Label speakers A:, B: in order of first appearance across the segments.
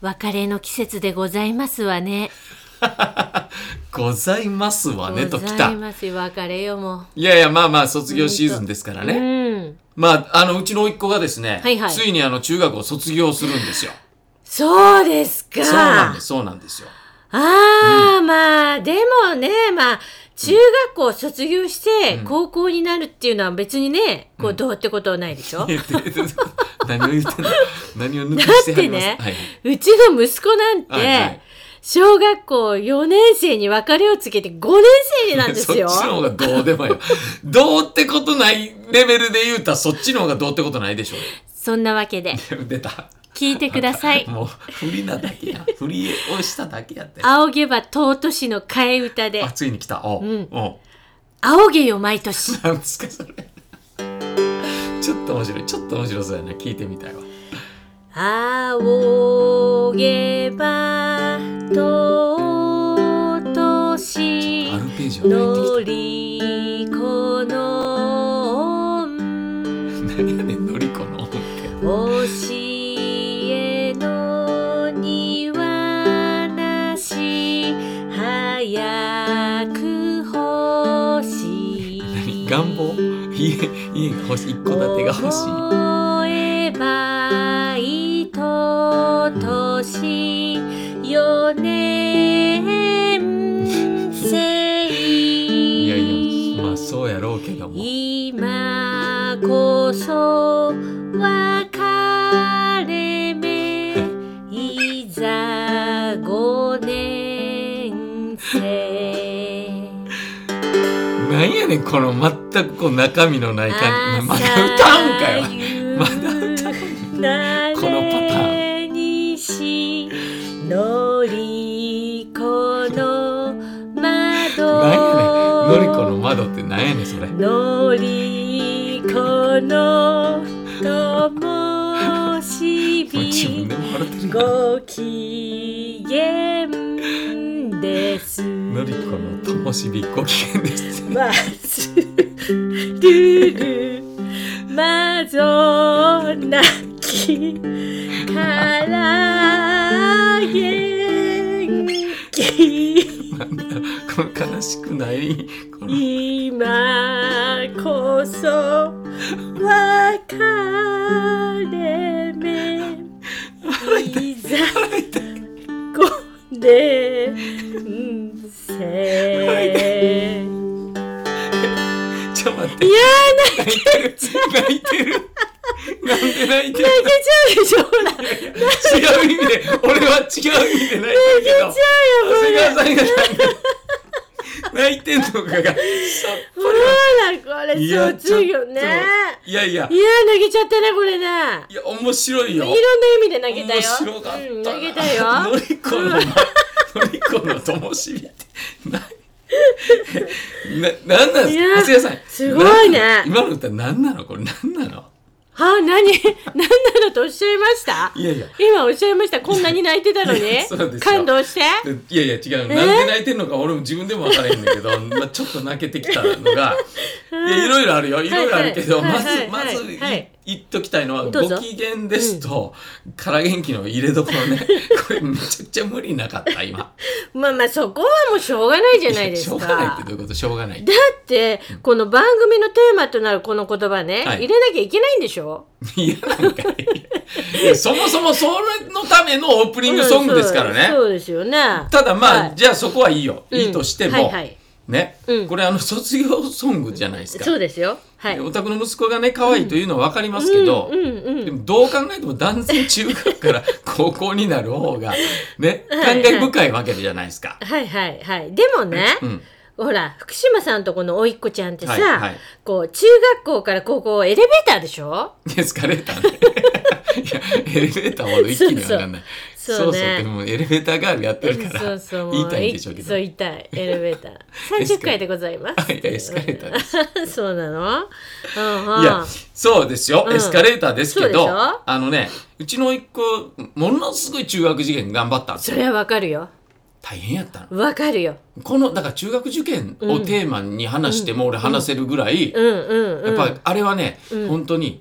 A: 別れの季節でございますわね。
B: ございますわねと
A: ご
B: き
A: ざ
B: た
A: い。ますよ、別れよ、も
B: いやいや、まあまあ、卒業シーズンですから
A: う。う
B: ね。
A: ん。
B: まあ、あの、うちの甥っ子がですね、
A: はいはい
B: ついにあの、中学を卒業するんですよ。
A: そうですか。
B: そうなんです、そうなんですよ。
A: ああ、まあ、でもね、まあ、中学校卒業して
B: うん
A: 高校になるっていうのは別にね、こうどうってことはないでしょ、う
B: 何を言ってん の何を抜きしてはります
A: だってね
B: はい
A: ちの息子なんて、
B: はいはい
A: 小学校4年生に別れをつけて5年生になんですよ。
B: そっちの方がどうでもよ。どうってことないレベルで言うたらそっちの方がどうってことないでしょ
A: そんなわけで、
B: う。 出た。
A: 聞いてくださ い。
B: もう振りなだけや。振りをしただけやって。
A: 仰げば尊しの替え歌で
B: あ、、ついに来た。おう。
A: うん
B: お
A: 仰げよ毎 年。
B: なんですかそれ。ちょっと面白い。ちょっと面白そうやな。聞いてみたいわ。
A: 仰げば尊し
B: アルペジオ
A: の
B: 入って
A: りこの恩
B: きた。何やねん、のりこの音って。
A: 教えの庭なし早く欲し
B: 何
A: い
B: 願望家、家が欲しい。一戸建てが欲しい。
A: 思えばいととし四年生
B: いやいや、 まあそうやろうけども。
A: 今こそ別れ目いざ五年生
B: なんやねん、この全くこう中身のない感じ。まだ歌うんかよ。まだ歌うんかよ。
A: こ
B: このパタ
A: ーンにしのりこの
B: なんやねん、のりこ
A: 窓
B: の窓ってなんやねん、それ。
A: のりこの灯
B: もう自分
A: 火
B: でも笑ってるやん
A: ご機嫌です
B: のりこのともしびご機嫌ですって。
A: まずるるまぞなきから元気
B: この悲しくない、この
A: 今こそ別れ目いざこでせ
B: ちょっと待って。いやー、泣いてる。泣いてる。なんで泣いてる
A: 泣けちゃうでしょほら泣け
B: 違う意味で、俺は違う意味で泣いてるけ
A: ち
B: ど。
A: ゃうよ
B: 長
A: こ
B: 谷
A: れ
B: 川さんが泣いてる。泣いてんのかが。
A: ほらこれ
B: いや
A: 卒業ね
B: ちょっといや
A: い、
B: いや
A: や泣けちゃったねこれね
B: いや、面白い
A: い
B: よ
A: ろん。な意味で泣けたよ
B: 面白かったな。
A: うん、泣けた よ
B: のりこの、のりこのともしびって。なな、なんなん
A: い
B: で
A: や
B: すか長谷川さん。
A: すごいね
B: なん今の歌何なのこれ何なの
A: はあ、何 何なのとおっしゃいました
B: いやいや。
A: 今おっしゃいましたこんなに泣いてたのに
B: いやそうですよ
A: 感動して
B: いやいや違う、なんで泣いてんのか俺も自分でも分からへんだ けど、まあちょっと泣けてきたのが、いやいろいろあるよいろいろあるけど、
A: はいは
B: ま
A: い
B: ず
A: は
B: ま
A: い
B: ず
A: はいはい
B: い言っときたいのは「
A: どうぞ
B: ご機嫌です」と「から元気」の入れどころね これめちゃくちゃ無理なかった今
A: まあまあそこはもうしょうがないじゃないで
B: し
A: す
B: ょう
A: か
B: がないって
A: だ
B: どういうことしょうがない
A: ってこの番組のテーマとなるこの言葉ね、
B: はい
A: 入れなきゃいけないんでしょ
B: いやなんかいやそもそもそれのためのオープニングソングですから
A: うん
B: ね
A: そうそうですよね
B: ただま
A: は
B: あ
A: い
B: じゃあそこはいいよいいとして
A: うんは
B: も
A: いはい
B: ね
A: うん
B: これあの卒業ソングじゃないですか
A: そうですよはい
B: お宅の息子がね可愛いというのは分かりますけど、
A: うんうん
B: でもどう考えても断然中学から 高校になる方がね感慨深いわけじゃないですか。
A: はいはいはいでもね、
B: うん、
A: ほら福島さんとこの甥いっ子ちゃんってさ、
B: はいはい
A: こう中学校から高校エレベーターでしょ
B: エスカレーターね。 いやエレベーターほど一気にはならない。
A: そうそうそう
B: そう
A: ね
B: でもエレベーターガールやってるか
A: そ
B: ら
A: うそう
B: 言いたいんでしょうけど。
A: そう言いたいエレベ ーター
B: エス
A: 30
B: カレ
A: 回でございます
B: あいやエスカレーター で
A: そうなのうんうん
B: いやそうですよ、
A: うん
B: エスカレーターですけ
A: そうでし
B: ど
A: ょ
B: あのねうちの一個ものすごい中学受験頑張ったんです
A: そ
B: よ
A: れはわかるよ
B: 大変やったの
A: わかるよ
B: このだから中学受験をテーマに話しても俺話せるぐらい、
A: うんうんう
B: や
A: ん
B: っぱりあれはね、
A: うん
B: 本当に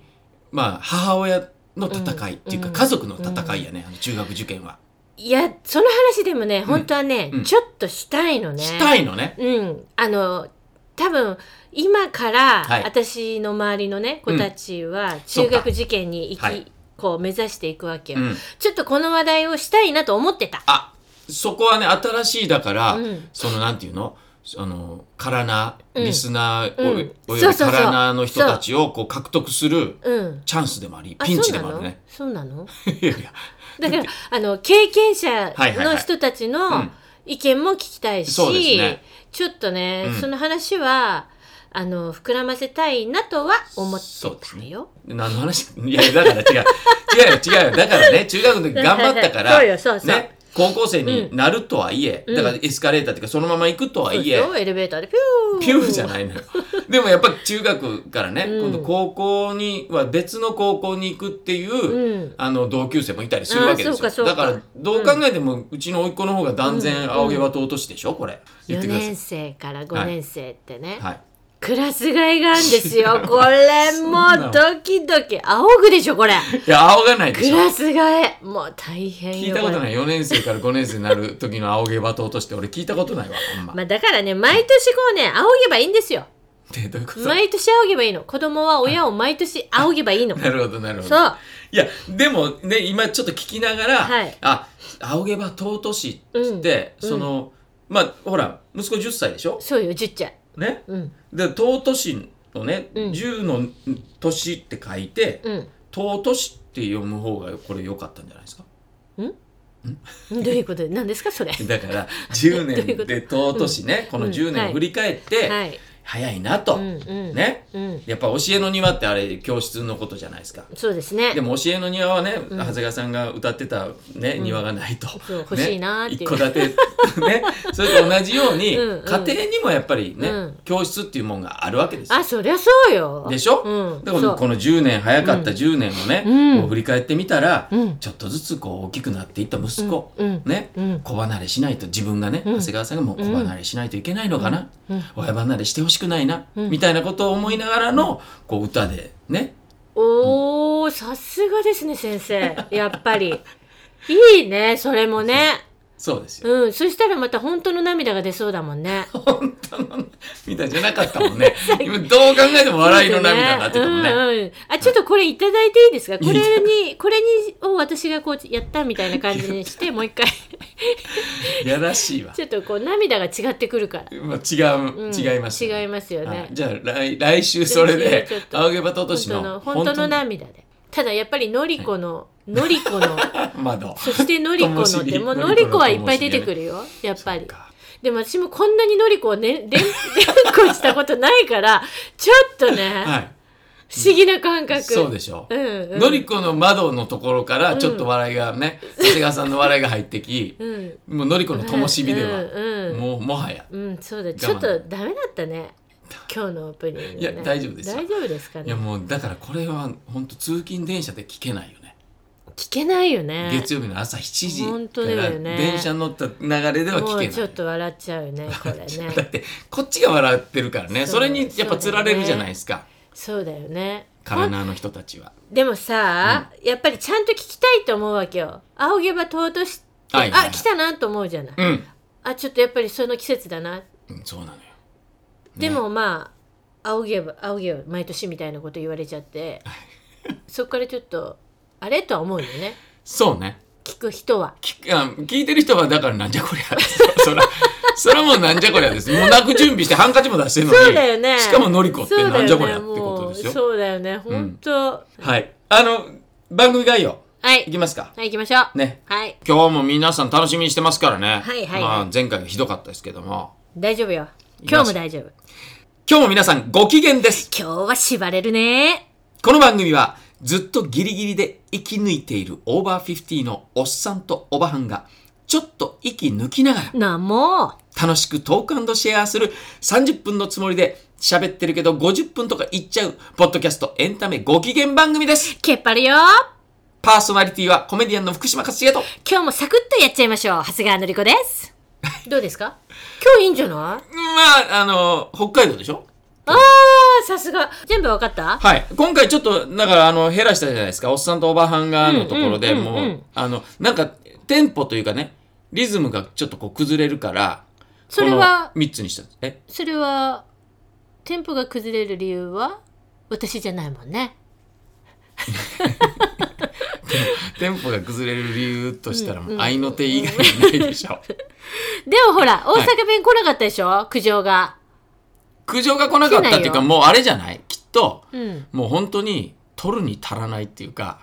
B: まあ母親の戦いっていうか、
A: うん
B: 家族の戦いやね、あの中学受験は。
A: いやその話でもね本当はね、
B: うん
A: ちょっとしたいのね
B: したいのね
A: うんあの多分今から、
B: はい
A: 私の周りのね子たちは
B: そう
A: 中
B: か
A: 学受験に行き、
B: はい
A: こう目指していくわけよ、
B: うん
A: ちょっとこの話題をしたいなと思ってた
B: あそこはね新しいだから、
A: うん
B: そのなんていうのあのカラナ
A: うん
B: リスナーお,、
A: うん
B: お
A: そ
B: よ
A: う
B: び
A: そうそ
B: カ
A: う
B: ラナーの人たちをこう獲得する
A: うん
B: チャンスでもあり
A: あ
B: ピンチでもあるね。
A: そうなの
B: いやいや
A: そうなのだからあの経験者
B: はいはいは
A: の
B: い
A: 人たちの
B: うん
A: 意見も聞きたいし、
B: そうですね
A: ちょっとね、
B: うん
A: その話はあの膨らませたいなとは思って
B: そうです
A: た
B: ね
A: よ。
B: 何の話いやだから違う違うよ違うよだからね中学の時頑張ったから
A: そうよそうそう、
B: ね高校生になるとはいえ、
A: うん
B: だからエスカレーターっていうかそのまま行くとは
A: そう
B: い
A: で
B: え
A: す、よエレベーターでピュー
B: ピューじゃ
A: い
B: ないのよ。 でもやっぱ中学からね、
A: うん
B: 今度高校には別の高校に行くっていう、
A: うん
B: あの同級生もいたりするわけで
A: あーそう
B: すよ
A: かそうか
B: だからどう考えても、うちの甥っ子の方が断
A: うん
B: 然青毛は尊しでしょこれ言っ
A: 4
B: てください
A: 年生から5年生ってね、
B: はい
A: クラス替えがあるんです よこれもうドキドキ仰ぐでしょこれ
B: いや青がないで
A: ク
B: しょ
A: ラス替えもう大変よ
B: 聞いたことない4年生から5年生になる時の青毛は尊しって俺聞いたことないわほんま、
A: まあだからね毎年こうね仰げばいいんですよ
B: でどういうこと
A: 毎年仰げばいいの子供は親を毎年仰げばいいの、
B: なるほどなるほ
A: そ
B: ど
A: う
B: いやでもね今ちょっと聞きながら、
A: はい
B: あ青毛は尊しって、
A: うん
B: そのまあほら息子10歳でしょ
A: そうよ10ちゃん
B: ね
A: うん
B: で尊しのね、
A: うん
B: 10の年って書いて、
A: うん
B: 尊しって読む方がこれ良かったんじゃないですか
A: どういうこと何ですかそれ
B: だから10
A: どういうこと
B: 年で尊しね、この10
A: うんは
B: 年
A: い
B: を振り返って
A: はい
B: 早いなと、
A: うんうん
B: ね
A: うん
B: やっぱ教えの庭ってあれ教室のことじゃないですか
A: そうですね
B: でも教えの庭はね、
A: うん
B: 長谷川さんが歌ってた、ね、庭がないと、
A: そう欲しいなーって
B: ね
A: い
B: 一
A: う、
B: 戸建て ねそれと同じように
A: うんうん
B: 家庭にもやっぱりね、
A: うん
B: 教室っていうもんがあるわけですよ
A: あそりゃそうよ
B: でしょ、
A: うん
B: だか
A: そ
B: ら
A: う
B: この10年早かった10年をね、
A: うん
B: こう振り返ってみたら、
A: うん
B: ちょっとずつこう大きくなっていった息子、
A: うん
B: ね、
A: うん
B: 子離れしないと自分がね、
A: うん
B: 長谷川さんがもう子離れしないといけないのかな、
A: うん
B: 親離れしてほしくないな、
A: うん
B: みたいなことを思いながらのこう歌でね
A: おお、さすがですね先生やっぱりいいねそれもね
B: そうですよ、
A: うんそしたらまた本当の涙が出そうだもんね
B: 本当の涙じゃなかったもんね 今どう考えても 笑いの涙になってたもんね
A: うんうんあちょっとこれいただいていいですかこれにこれにを私がこうやったみたいな感じに してもう一回
B: やらしいわ、
A: ちょっとこう涙が違ってくるから、
B: まあ、違う、
A: うん
B: 違いますよね
A: 違いますよね、
B: はいじゃあ来来週それ
A: 来
B: で
A: 週ちょっと
B: 青毛バトと
A: 本
B: し
A: 当
B: の
A: の本当の涙でただやっぱりのりこの、のりこの
B: 窓
A: そしてのりこのっ
B: ともしてり
A: もうの
B: の
A: り
B: り
A: こ
B: こ
A: は
B: の
A: いっぱい出てくるよやっぱり
B: そっか
A: でも私もこんなにのりこを、ね、連 連呼したことないからちょっとね、
B: はい
A: 不思議な感覚
B: そうでしょ
A: う、んうん、
B: のりこの窓のところからちょっと笑いがね、長谷川さんの笑いが入ってき、
A: うん
B: もうのりこの灯火では、
A: うんうん
B: もうもはや
A: うんそうだ
B: 慢
A: ちょっとダメだったね今日のオープニング、ね、
B: いや大丈夫ですよ
A: 大丈夫ですか
B: いや
A: ね
B: もうだからこれは本当通勤電車で聞けないよね、
A: 聞けないよね
B: 月曜日の朝7
A: 本
B: 時
A: 当だ
B: から
A: よね
B: 電車乗った流れでは
A: も
B: 聞け
A: うち
B: な
A: ょ
B: い
A: っと笑っちゃうよ ねこれね
B: だってこっちが笑ってるからね
A: そう
B: それにやっぱつられるじゃないですか、
A: そうだよね
B: カラナーの人たちは。
A: でもさ、やっぱりちゃんと聞きたいと思うわけよ。仰げば尊しって、
B: はいはいはい
A: あ来たなと思うじゃない。
B: うん、
A: あちょっとやっぱりその季節だな。
B: うんそうなのよ
A: でもまあ仰げば仰げば毎年みたいなこと言われちゃ って、そこからちょっとあれとは思うよね。
B: そうね
A: 聞く人は。
B: 聞くあ聞いてる人はだからなんじゃこりゃ そらそらもうなんじゃこりゃですもう泣く準備してハンカチも出してるのに
A: そうだよね。
B: しかものりこって
A: そうだよね
B: なんじゃこりゃってことです
A: もう
B: よ
A: そうだよね。本当。
B: はいあの番組概要
A: はいい
B: きますか
A: はい行きましょう。
B: ね
A: はい
B: 今日も皆さん楽しみにしてますからね、
A: はいはい
B: まあ、前回がひどかったですけども
A: 大丈夫よ。
B: 行き
A: 今
B: ましょ
A: 日も
B: う
A: 大丈夫。
B: 今日も皆さんご機嫌です
A: 今日は縛れるね。
B: この番組はずっとギリギリで息抜いているオーバーフィフティのおっさんとおばはんがちょっと息抜きながら
A: なんも。
B: 楽しくトークシェアする30分のつもりで喋ってるけど50分とかいっちゃうポッドキャストエンタメご機嫌番組です
A: けっぱるよ
B: パーソナリティはコメディアンの福島克也と
A: 今日もサクッとやっちゃいましょう長谷川のりこです どうですか今日いいんじゃない
B: まああの北海道でしょ
A: あーさすが全部わかった
B: はい今回ちょっとだからあの減らしたじゃないですかおっさんとおばはんがのところで
A: うんうんうん
B: もうあのなんかテンポというかね、リズムがちょっとこう崩れるから、
A: それは
B: この3つにしたんです。え
A: それはテンポが崩れる理由は私じゃないもんね
B: テンポが崩れる理由としたら、
A: うんうん
B: 合いの手以外にない でしょ。
A: でもほら大
B: い
A: 阪弁来なかったでしょ、苦情が
B: 苦情が来なかったってい
A: 来
B: う
A: ないよ
B: か、もうあれじゃないきっと、
A: うん
B: もう本当に取るに足らないっていうか、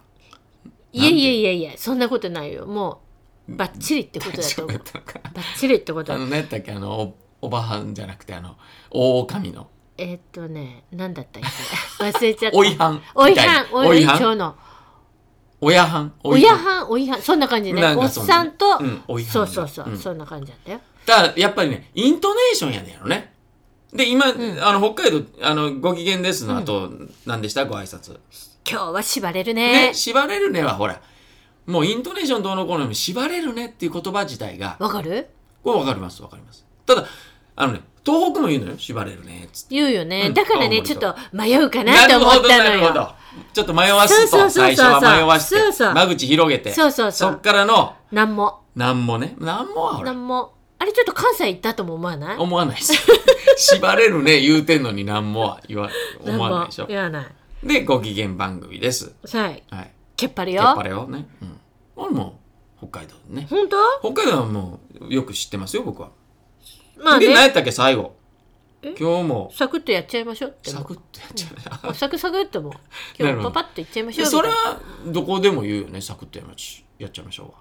A: いやいやいやいやそんなことないよもうバッチリってことだと
B: そう
A: 思
B: やっ
A: う
B: たのか。
A: バッチリってこと
B: あの、何やったっけ、あの、おおばはんじゃなくて、あの、大狼の、
A: えーっとね何だったっ け忘れちゃった
B: おいはん。
A: おいはんお
B: お
A: い
B: い
A: は
B: は
A: ん
B: ん。
A: 町の
B: 親はん。
A: お
B: お
A: やはんおいはんそんな感じね
B: なん
A: おっ
B: かそんな
A: さんと、
B: うんおいはん
A: そうそうそう、
B: うん
A: そんな感じだったよ
B: だからやっぱりねイントネーションやねんやろねで今、
A: ん
B: あの北海道あのご機嫌ですの後、何でしたご挨拶
A: 今日は縛れる
B: ね
A: ね
B: 縛れるねはほらもうイントネーションどうのこうのよりも縛れるねっていう言葉自体が
A: わかる
B: これ分かります分かりますただあのね東北も言うのよ縛れるねっつって
A: 言うよね、
B: うん
A: だからね
B: 青森
A: ちょ
B: と
A: っと迷うかなと思ったのよ
B: ちょっと迷わすと
A: そうそうそうそう
B: 最初は迷わして
A: そうそう
B: 間口広げて
A: そうそうそう
B: っからの
A: なんも
B: なんもねなんもはほ
A: な
B: ら
A: んもあれちょっと関西行ったとも思わない
B: 思わないです 縛れるね言うてんのになんもは言わ思わないでしょ
A: んも言わない
B: で、ご機嫌番組です。
A: はい
B: はい。
A: けっぱり
B: やっぱ
A: よ
B: りよね。うん。俺も北海道ね。
A: 本当
B: 北海道はもうよく知ってますよ、僕は。
A: まあ
B: で、何
A: ね
B: やったっけ、最後。
A: え
B: 今日も
A: サクッとやっちゃいましょうって
B: サ
A: も
B: クッとや っちゃう。
A: うサクサクっともう今
B: なる
A: 日
B: ほ
A: パ
B: ど
A: パッといっちゃいましょ
B: で
A: う
B: そ
A: みた
B: れ
A: いな
B: はどこでも言うよね、サクッとやましやっちゃいましょうは。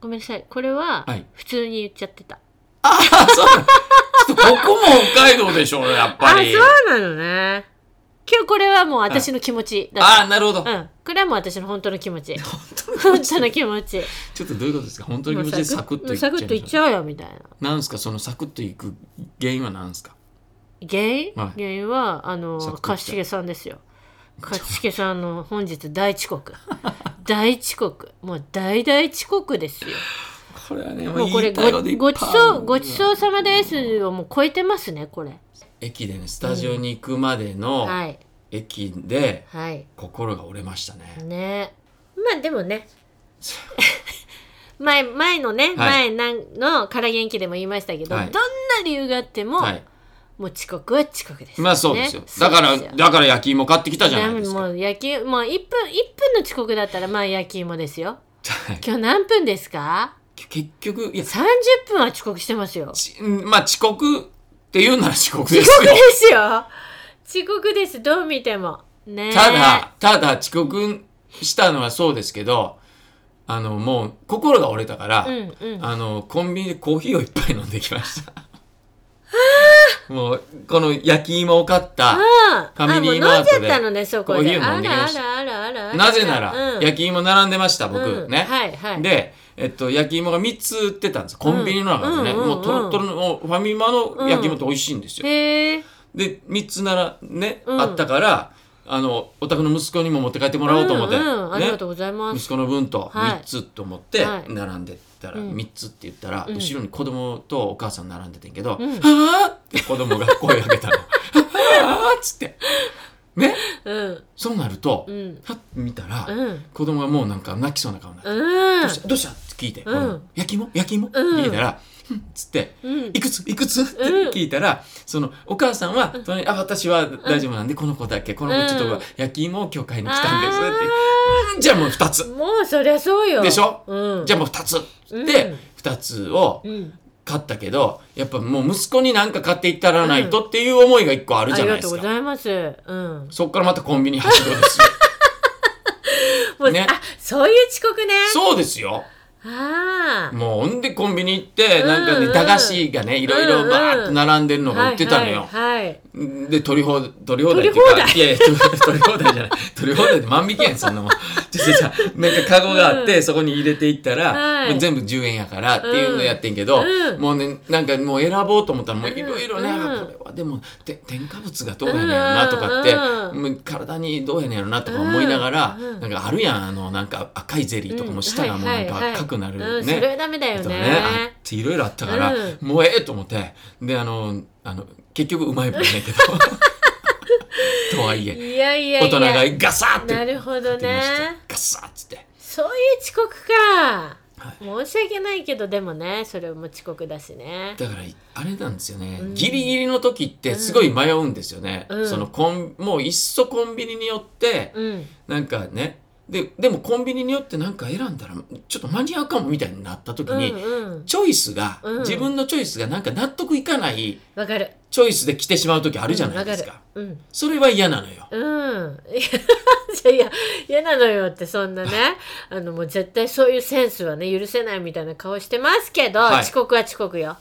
A: ごめんなさいこれは
B: はい
A: 普通に言っちゃってた、
B: あ、そうなの ちょっとここも北海道でしょうね、やっぱり。
A: あそうなのね今日これはもう私の気持ちだ
B: あ、なるほど。
A: った、うんこれはもう私の本当の気持ち
B: 本当に
A: 本当の気持ち
B: ちょっとどういうことですか本当に
A: もう
B: 気持ちでサクッといっちゃ
A: サ
B: い
A: ク
B: ま
A: ッといっ
B: し
A: ち
B: ょう。
A: ゃうよみたいな
B: なんですかそのサクッといく原因は何ですか
A: 原因、
B: はい
A: 原因はあの
B: サクッと
A: 勝
B: いきたい
A: 重さんですよ勝重さんの本日大遅 刻大遅刻もう大大遅刻ですよ
B: これはね、
A: もうこ
B: 言
A: れ
B: いたい
A: ご
B: こといっぱい
A: ごち
B: あ
A: そ
B: る
A: うごちそうさまですをもう超えてますねこれ
B: 駅でねスタジオに行くまでの
A: はい
B: 駅で
A: はい
B: 心が折れましたね、
A: ねまあでもね 前前のね、前なんのから元気でも言いましたけど、
B: はい
A: どんな理由があっても、
B: はい
A: もう遅刻は遅刻です、
B: まあそうですよ、
A: ね
B: だから
A: そうですよ
B: だから焼き芋買ってきたじゃないですか
A: もう野球もう1分一分の遅刻だったらまあ焼き芋ですよ
B: はい
A: 今日何分ですか
B: 結局いや
A: 30分は遅刻してますよ遅
B: ちまあ遅刻って言うなら遅刻です
A: 刻
B: よ
A: ですよ遅刻ですどう見てもねえ
B: ただただ遅刻したのはそうですけどあのもう心が折れたから、
A: うんうん
B: あのコンビニでコーヒーをいっぱい飲んできま した もうこの焼き芋を買った
A: あ
B: ファミリー
A: あもう
B: マ
A: 飲
B: ー
A: んじゃ
B: ト
A: っ
B: で
A: たのねそこで
B: コーヒーを飲んでき
A: あ
B: まし
A: らあらあらあら
B: なぜなら、
A: うん
B: 焼き芋並んでました、僕、
A: うん
B: ね、
A: はいはい
B: で、えっと、焼き芋が3つ売ってたんです。コンビニの中でね。
A: うんうんうんうん
B: もうトロトロの、もうファミマの焼き芋って美味しいんですよ。
A: へえ
B: で、3つなら、ね、
A: うん
B: あったから、あの、お宅の息子にも持って帰ってもらおうと思って、
A: うんうんありがとうご
B: ね、
A: ざいます
B: 息子の分と
A: はい
B: 3つと思って、
A: はい
B: 並んでったら、
A: うん
B: 3つって言ったら、
A: うん
B: 後ろに子供とお母さん並んでてんけど、
A: うん
B: はぁって子供が声かけたの。はぁっつって。ね、
A: うん
B: そうなると、
A: うん
B: はっ見たら、
A: うん
B: 子供がもうなんか泣きそうな顔になって、
A: うん
B: どうしたどうしたって聞いて、
A: うん
B: うん焼き芋焼き芋、って
A: うん
B: 聞いたら、うんっつって、
A: うん
B: いくついくつって
A: うん
B: 聞いたら、そのお母さんは、隣にあ、私は大丈夫なんで、この子だけ、この
A: うん
B: 子ちょっと焼き芋を今日買いに来たんですって、うんじゃあもう2つ、
A: もうそりゃそうよ
B: でしょ
A: うん
B: じゃあもう2つ
A: うん
B: で、2つを
A: うん
B: 買ったけど、やっぱもう息子になんか買っていったらないとっていう思いが1個ある
A: あ
B: じゃ
A: り
B: ない
A: が
B: で
A: とう
B: す
A: ご
B: か。
A: ざいますうん
B: そっからまたコンビニ走る んですよ。
A: もう
B: ね
A: あそういう遅刻ね
B: そうですよ。
A: ああ
B: もうほんでコンビニ行って、なんか
A: うんう
B: ね、
A: ん
B: 駄菓子がね、いろいろバーっと並んでるのが売ってたのよ。
A: はいはい
B: で、取り放題、取り放題っていうか、いやいや、取り取り放題じゃない。取り 放題で万引きやん、そんなもん。ちょっとさ、なんかカゴがあって、そこに入れていったら、
A: はい
B: もう全部10円やからっていうのやってんけど、
A: うんうん
B: もうね、なんかもう選ぼうと思ったら、もういろいろね、
A: うんうん
B: あこれはでも、て添加物がどうやねんやろなとかって、
A: うん
B: もう体にどうやねんやろなとか思いながら、
A: うんうん
B: なんかあるやん、あの、なんか赤いゼリーとかも下がもうなんか赤くなるね。
A: うん、それはダメだよ
B: と
A: ね
B: かねあっていろいろあったから、
A: うん
B: もうええと思ってであのあの結局うまいもんね けどとはいえ
A: いやいやいや
B: 大人がガサッて
A: なるほど
B: やってました
A: ね
B: ガサッつって
A: そういう遅刻か、
B: は
A: 申し訳ないけどでもねそれも遅刻だしね
B: だからあれなんですよね、
A: うん
B: ギリギリの時ってすごい迷うんですよね、
A: うん
B: そのコンもういっそコンビニによって
A: うん
B: なんかねででもコンビニによってなんか選んだらちょっと間に合うかもみたいになった時
A: うん
B: に、
A: うん
B: チョイスが、
A: うん
B: 自分のチョイスがなんか納得いかない
A: わかる
B: チョイスで来てしまう時あるじゃないですか,、
A: うん
B: それは嫌なのよ
A: うん、いやいや嫌なのよってそんなね あのもう絶対そういうセンスはね許せないみたいな顔してますけど、
B: はい
A: 遅刻は遅刻よ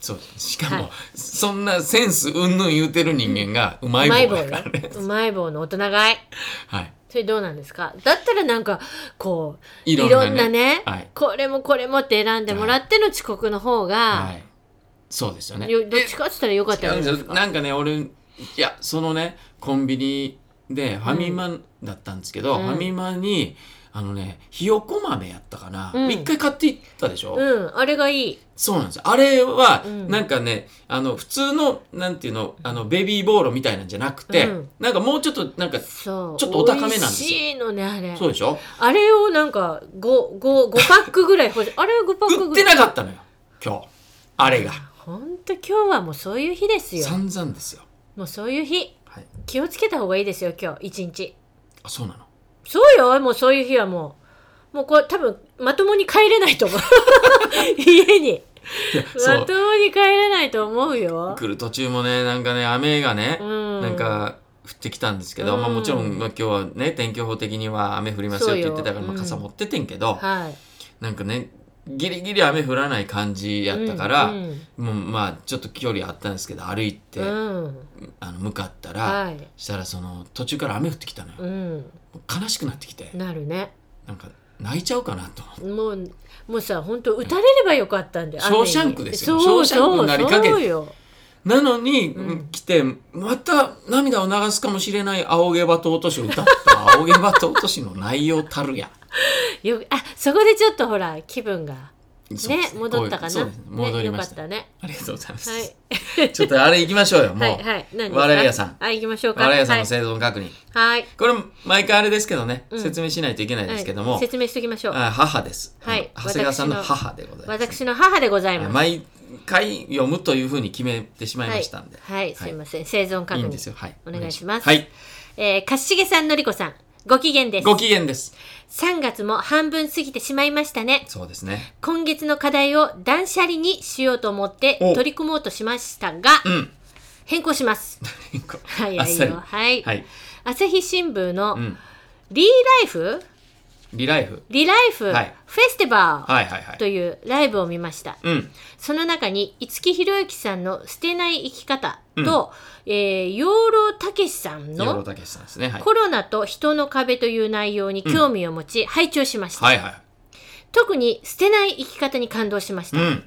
B: そうしかも、
A: はい
B: そんなセンスうんぬん言うてる人間がうま
A: う
B: い
A: まい棒
B: 棒だ
A: ね
B: からね
A: うまい棒の大人買い
B: はい
A: それどうなんですかだったらなんかこう
B: い
A: い
B: ろ
A: ろ
B: んなね
A: んなね
B: はい
A: これもこれもって選んでもらっての遅刻の方が、
B: はいそうですよね
A: よどっちかって言ったらよかったよね
B: なんかね俺いやそのねコンビニでファミマだったんですけど、
A: うん
B: ファミマにあのねひよこ豆やったかな一、
A: うん
B: 回買っていったでしょ、
A: うんあれがいい
B: そうなんですよあれは、
A: うん
B: なんかねあの普通のなんていうのあのベビーボーロみたいなんじゃなくて、
A: うん
B: なんかもうちょっとなんか
A: そう
B: ちょっとお高めなんですよ
A: 美味しいのねあれ
B: そうでしょ
A: あれをなんか 5, 5, 5パックぐらい欲しいあれ5パック
B: 売
A: ぐ
B: っ
A: ら
B: て
A: い
B: なかったのよ今日あれが
A: ほんと今日はもうそういう日ですよ
B: 散々ですよ
A: もうそういう日
B: はい
A: 気をつけた方がいいですよ今日一日
B: あそうなの
A: そうよもうそういう日はもうもうこう多分まともに帰れない と思う家に
B: いやそ
A: ま
B: う
A: ともに帰れないと思うよ
B: 来る途中もねなんかね雨がね、
A: うん
B: なんか降ってきたんですけど、
A: うん
B: まあ、もちろん、まあ、今日はね天気予報的には雨降りますよって言ってたから、
A: そうよ
B: まあ、
A: うん
B: 傘持っててんけど、
A: はい
B: なんかねギリギリ雨降らない感じやったから、
A: うんうん
B: もうまあちょっと距離あったんですけど歩いて、
A: うん
B: あの向かったら、
A: はい
B: したらその途中から雨降ってきたのよ、
A: うん
B: 悲しくなってきて
A: なるね
B: なんか泣いちゃうかなと思って。
A: もうもうさ本当打たれればよかったんだよ
B: ショーシャンクですよショーシャンクになりかけて
A: そうよ
B: なのに、
A: うん
B: 来てまた涙を流すかもしれない「青毛羽と落とし」を歌った「青毛羽と落とし」の内容たるや。
A: よあそこでちょっとほら気分が
B: そう
A: ね
B: です
A: 戻ったか
B: こう
A: な、
B: いうそうです戻りました,、
A: ねよかっ
B: ありがとうございます、
A: たね
B: ちょっとあれ行きましょうよ
A: は
B: も、
A: いうはいはい何ですか
B: 我々屋さん
A: はい行きましょうか
B: 我々屋さんの生存確認、
A: はいはい
B: これ毎回あれですけどね、
A: うん
B: 説明しないといけないですけど
A: は
B: も
A: い、説明しておきましょう
B: あ母です、
A: はい
B: あの長谷川さんの
A: 私の
B: 母でございます
A: 私の母でござい
B: あ
A: ます
B: 毎回読むというふうに決めてしまいましたんで、
A: はい、はい、すいません生存確
B: い、い
A: 認
B: んですよはい
A: お願いします
B: はい
A: えー、かしげさんのりこさんご機嫌です
B: ご機嫌です
A: 3月も半分過ぎてしまいましたね
B: そうですね
A: 今月の課題を断捨離にしようと思って
B: お
A: 取り組もうとしましたが、
B: ん
A: 変更します。はい、
B: あ
A: は
B: っ
A: い
B: さり
A: よ、はい、
B: はい、
A: 朝日新聞の
B: うん、
A: リーライフ、
B: リライフ
A: リライフ、
B: はい
A: フェスティバ
B: はいはいは
A: ー
B: い
A: というライブを見ました。
B: うん
A: その中に五木ひろゆきさんの捨てない生き方と、えー養老たけしさん
B: 養老
A: の
B: たけしさんですねはい
A: コロナと人の壁という内容に興味を持ち、拝聴しました、
B: はいはい
A: 特に捨てない生き方に感動しました。
B: うん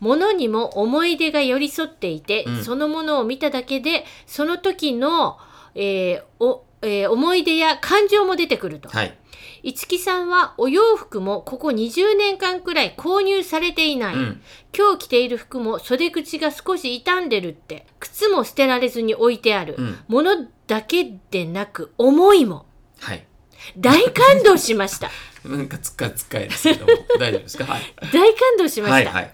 A: 物にも思い出が寄り添っていて、
B: うん
A: そのものを見ただけでその時の、えーおえー思い出や感情も出てくると、
B: はい
A: 五木さんはお洋服もここ20年間くらい購入されていない、
B: うん
A: 今日着ている服も袖口が少し傷んでるって靴も捨てられずに置いてある、
B: うん
A: ものだけでなく思いも
B: はい
A: 大感動しました
B: なんかつっかえつっかえで すけども大丈夫ですかはい
A: 大感動しました、
B: はいはい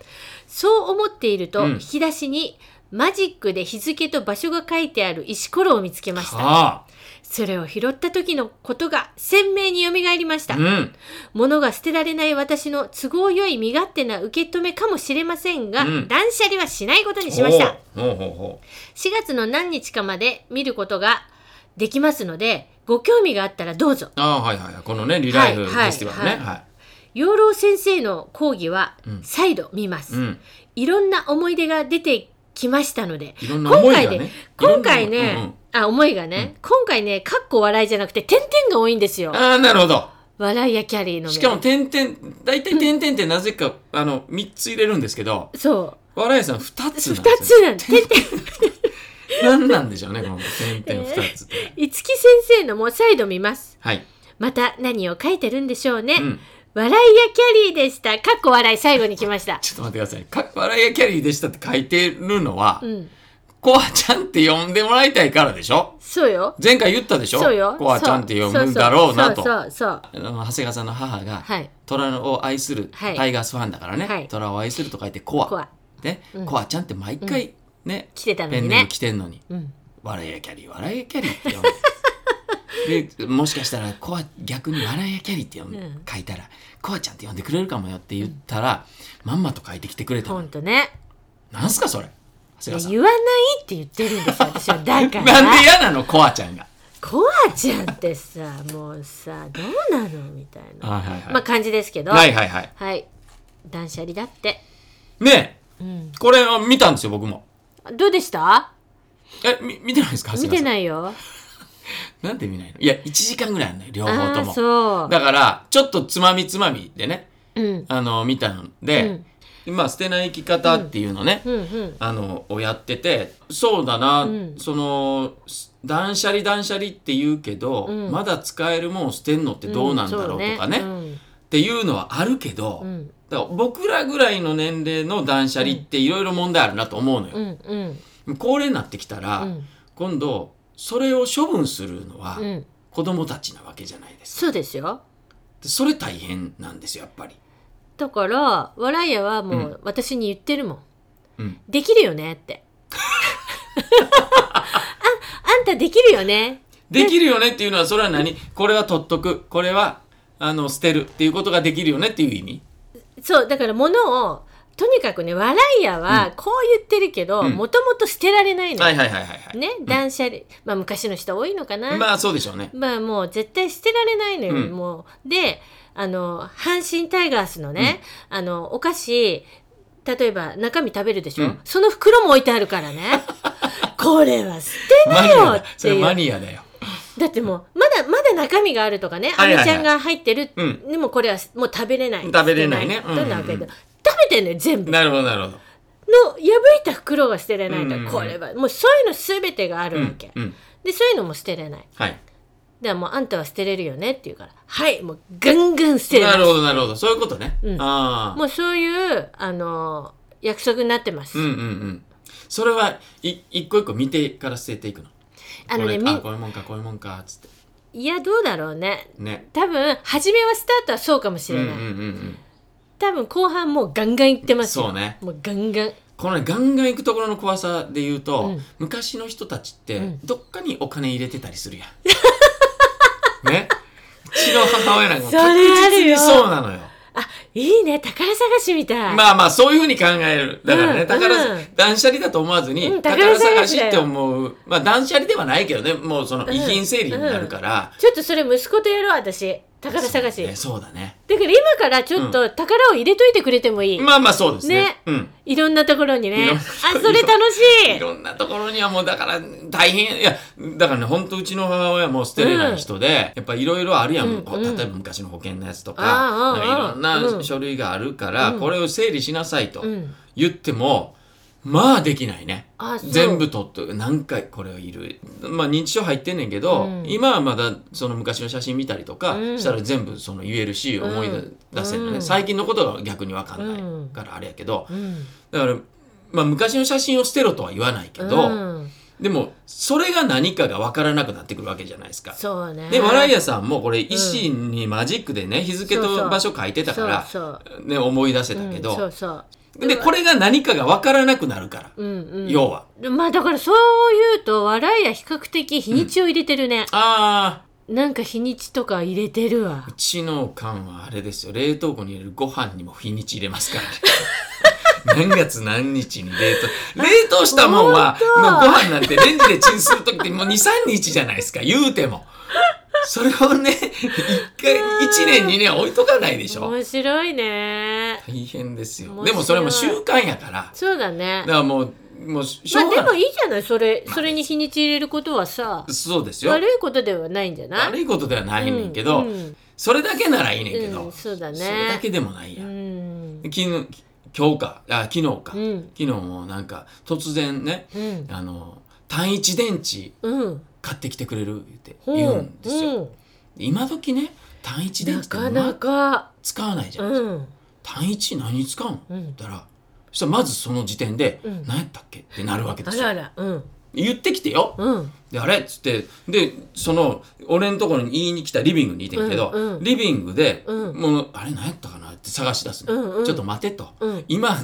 A: そう思っていると、
B: うん
A: 引き出しにマジックで日付と場所が書いてある石ころを見つけました。
B: は
A: それを拾った時のことが鮮明に蘇りまし
B: あ
A: た
B: う。ん
A: 物が捨てられない私の都合よい身勝手な受け止めかもしれませんが、
B: うん
A: 断捨離はしないことにしました。
B: ほうほうほ
A: 4月の何日かまで見ることができますので、ご興味があったらどうぞ。
B: うああはいはいはいこのねリライフフ
A: はいはい
B: ェスティバルね
A: はい
B: はい
A: 養老先生の講義は
B: うん
A: 再度見ます。
B: うん
A: いろんな思い出が出てきましたので、
B: いろんな思いが
A: 今回
B: ね
A: 今回ね、
B: いろんなうん
A: あ思いがね、今回ねかっこ笑いじゃなくて点々が多いんですよ
B: ああなるほど
A: 笑いやキャリーの目
B: しかも点々大体点々ってなぜかあの3つ入れるんですけど
A: そ
B: 笑いさん2つ
A: う二
B: なんです
A: つなんてんてん
B: 何なんでしょうねこの点々2 つって
A: 五木先生のも再度見ます
B: はい
A: また何を書いてるんでしょうね、
B: うん
A: 笑いやキャリーでしたかっこ笑い最後に来ました
B: ちょっと待ってくださいか笑いやキャリーでしたって書いてるのは
A: うん
B: コアちゃんって呼んでもらいたいからでしょ
A: そうよ
B: 前回言ったでしょ
A: そうよ
B: コアちゃんって呼ぶんだろうなと。
A: そうそうそう
B: あの長谷川さんの母が、
A: はい
B: 虎を愛する、
A: はい
B: タイガースファンだからね、
A: はい
B: 虎を愛すると書いてコア。
A: 怖い
B: ね、
A: うん
B: コアちゃんって毎回ね、
A: 来てたの
B: ペン
A: に
B: ネーム
A: ね
B: 来てんのに、
A: うん
B: 笑いやキャリー、笑いやキャリーって呼んで。でもしかしたらコア逆に「笑いやキャリー」って呼んで、
A: うん
B: 書いたら「コアちゃんって呼んでくれるかもよ」って言ったら、まんまと書いてきてくれた
A: ほ
B: の
A: んとね
B: なんすかそれ長
A: いや
B: 谷川さん
A: 言わないって言ってるんですよ 私はだから
B: なんで嫌なのコアちゃんが。
A: コアちゃんってさもうさどうなのみたいな
B: はいはいはい。
A: まあ感じですけど
B: はいはいはい。
A: はい断捨離だって
B: ね
A: うん
B: え、これを見たんですよ、僕も。
A: どうでした
B: え、み見てないですか
A: 見て
B: い。
A: ないよ
B: なんで見ないのいや、1時間ぐらいあるのよ、両
A: あ
B: 方と
A: あー
B: も。
A: そう
B: だから、ちょっとつまみつまみでね、
A: うん
B: あの、見たんで、今、捨てない生き方っていうのね、
A: うんうん
B: あの、をやってて、そうだな、
A: うん
B: その、す断捨離断捨離って言うけど、
A: うん
B: まだ使えるもん捨てんのってどうなんだろうとかね、
A: う
B: っ
A: ん
B: ていうのはあるけど、
A: うん
B: だから僕らぐらいの年齢の断捨離っていろいろ問題あるなと思うの
A: う
B: よ。
A: んうん
B: 高齢になってきたら、
A: うん
B: 今度それを処分するのは
A: うん
B: 子供たちなわけじゃないですか。
A: そうですよ
B: でそれ大変なんですよやっぱり。
A: だから笑いやはも
B: うん
A: う私に言ってるもん、
B: うん
A: できるよねって ああんたできるよね
B: できるよねっていうのはそれは何これは取っとくこれはあの捨てるっていうことができるよねっていう意味
A: そうだから物をとにかくね笑いやはこう言ってるけど
B: うん
A: もともと捨てられないの、
B: はいはいはいはいはい。
A: ね断捨離、まあ昔の人多いのかな、
B: まあそうでしょうね。
A: まあもう絶対捨てられないのよ、
B: うん
A: もうであの阪神タイガースのね、あのお菓子例えば中身食べるでしょ、
B: うん
A: その袋も置いてあるから ねこれは捨て
B: マ
A: な
B: ニア
A: よっ
B: だ。そ
A: て
B: れ
A: いう
B: マニアだよ。
A: だってもうまだまだ中身があるとかねあ
B: はい
A: め
B: はいはい
A: ちゃんが入ってる、
B: うん
A: でもこれはもう食べれない
B: 食べれないね
A: 捨てとなわけ
B: うん
A: で
B: うんう
A: 食
B: ん
A: べてんのよ全部の
B: なるほどなるほど。
A: 破いた袋が捨てれない
B: うんうん
A: と
B: うん
A: これはもうそういうの全てがあ
B: う
A: るわ
B: ん
A: け、
B: うん
A: でそういうのも捨てれない
B: はい。
A: でもうあんたは捨てれるよねって言うからはいもうガンガン捨てる
B: なるほどなるほどそういうことね。
A: うん
B: ああ。
A: もうそういうあのー約束になってます、
B: うんうんうん。それはい一個一個見てから捨てていくの。
A: あのね
B: これ
A: み
B: あこういうもんかこういうもんかつって
A: いやどうだろうね
B: ね。
A: 多分初めはスタートはそうかもし
B: うんう
A: れな
B: ん
A: い、
B: うん
A: 多分後半もうガンガンいって
B: う
A: ま
B: ん。
A: すよ
B: そうね。
A: もうガンガン
B: このねガンガン行くところの怖さで言うと、
A: うん
B: 昔の人たちって、
A: うん
B: どっかにお金入れてたりするや ん。ね。うちの母親なんかも
A: それあ
B: 確
A: るよ
B: 実にそうなのよ。
A: あいいね宝探しみたい、
B: まあまあそういうふうに考える。だからね、
A: うん
B: 宝さ
A: うん
B: 断捨離だと思わずに、
A: うん
B: 宝
A: 宝
B: 探
A: 探
B: し
A: し
B: っ
A: だよ
B: て思う。まあ断捨離ではないけどね、もうその遺品整理になるから。
A: ちょっとそれ息子とやろう私宝探し、
B: そうねそうだね。
A: だから今からちょっと宝を入れといてくれてもいい、
B: まあまあそうですね。
A: ね
B: うん。
A: いろんなところに
B: い
A: ね
B: ろ
A: あ
B: んな
A: それ楽し
B: いろんなところにはもうだから大変いやだからねほんとうちの母親も捨てれない人で、やっぱいろいろあるやん、
A: うんうん
B: 例えば昔の保険のやつとか
A: ああ
B: なんかいろん
A: う
B: なん書類があるから、
A: うん
B: これを整理しなさいと
A: い、うん、
B: 言っても、まあできないね。
A: あそう
B: 全部取っと何回これはいるまあ認知症入ってんねんけど、
A: うん
B: 今はまだその昔の写真見たりとか
A: うん
B: したら全部その言えるし、思い出せんのね、
A: うん
B: 最近のことが逆に分かんないからあれやけど、
A: うん
B: だから、まあ、昔の写真を捨てろとは言わないけど、
A: うん、
B: でもそれが何かが分からなくなってくるわけじゃないですか。
A: そうね
B: で笑い屋さんもこれ石にマジックでね日付
A: そうそ
B: と
A: う
B: 場所書いてたから、
A: そうそう
B: ね、思い出せたけ
A: うん、そ
B: ど
A: う、そう
B: でこれが何かが分からなくなるから、
A: うんうん
B: 要は。
A: まあだからそう言うと笑いや比較的日にちを入れてるね、
B: あー
A: なんか日にちとか入れてるわ
B: うちの缶はあれですよ冷凍庫に入れるご飯にも日にち入れますからね。 何月何日に冷凍冷凍したもんはご
A: 本当
B: 飯なんてレンジでチンする時ってもう23日じゃないですか言うてもそれをね1回1年2年置いとかないでしょ
A: 面白いね
B: 大変ですよ
A: 面白い
B: でもそれも習慣やから
A: そうだね
B: だからもうもうしし
A: ま
B: ょ
A: あ
B: う
A: で
B: が
A: も
B: ない
A: いじゃないそれそれに日にち入れることはさ
B: そうですよ
A: 悪いことではないんじゃない
B: 悪いことではないねんけ
A: う
B: ど、
A: んうん
B: それだけならいいねんけど、
A: うんそうだね
B: それだけでもないや
A: うんん
B: 昨日今日かあ昨日か、
A: うん
B: 昨日もなんか突然ね
A: うん
B: あの単一電池
A: うん
B: 買ってきてくれるって
A: ほ
B: 言うんですよ、
A: うん
B: 今時ね単一電
A: な
B: 池って
A: かなか
B: 使わないじゃ、
A: うんん
B: 単一何に使うの、
A: う
B: っ
A: ん
B: て言ったらそしたらまずその時点で、
A: うん
B: 何やったっけってなるわけで
A: あ
B: すよ
A: らあらうん
B: 言ってきてよ
A: うん
B: であれっつってでその俺のところに言いに来たリビングにいてんけど、
A: うんうん
B: リビングで、
A: うん
B: もうあれ何やったかなって探し出すの、
A: うんうん
B: ちょっと待てと、
A: うん
B: 今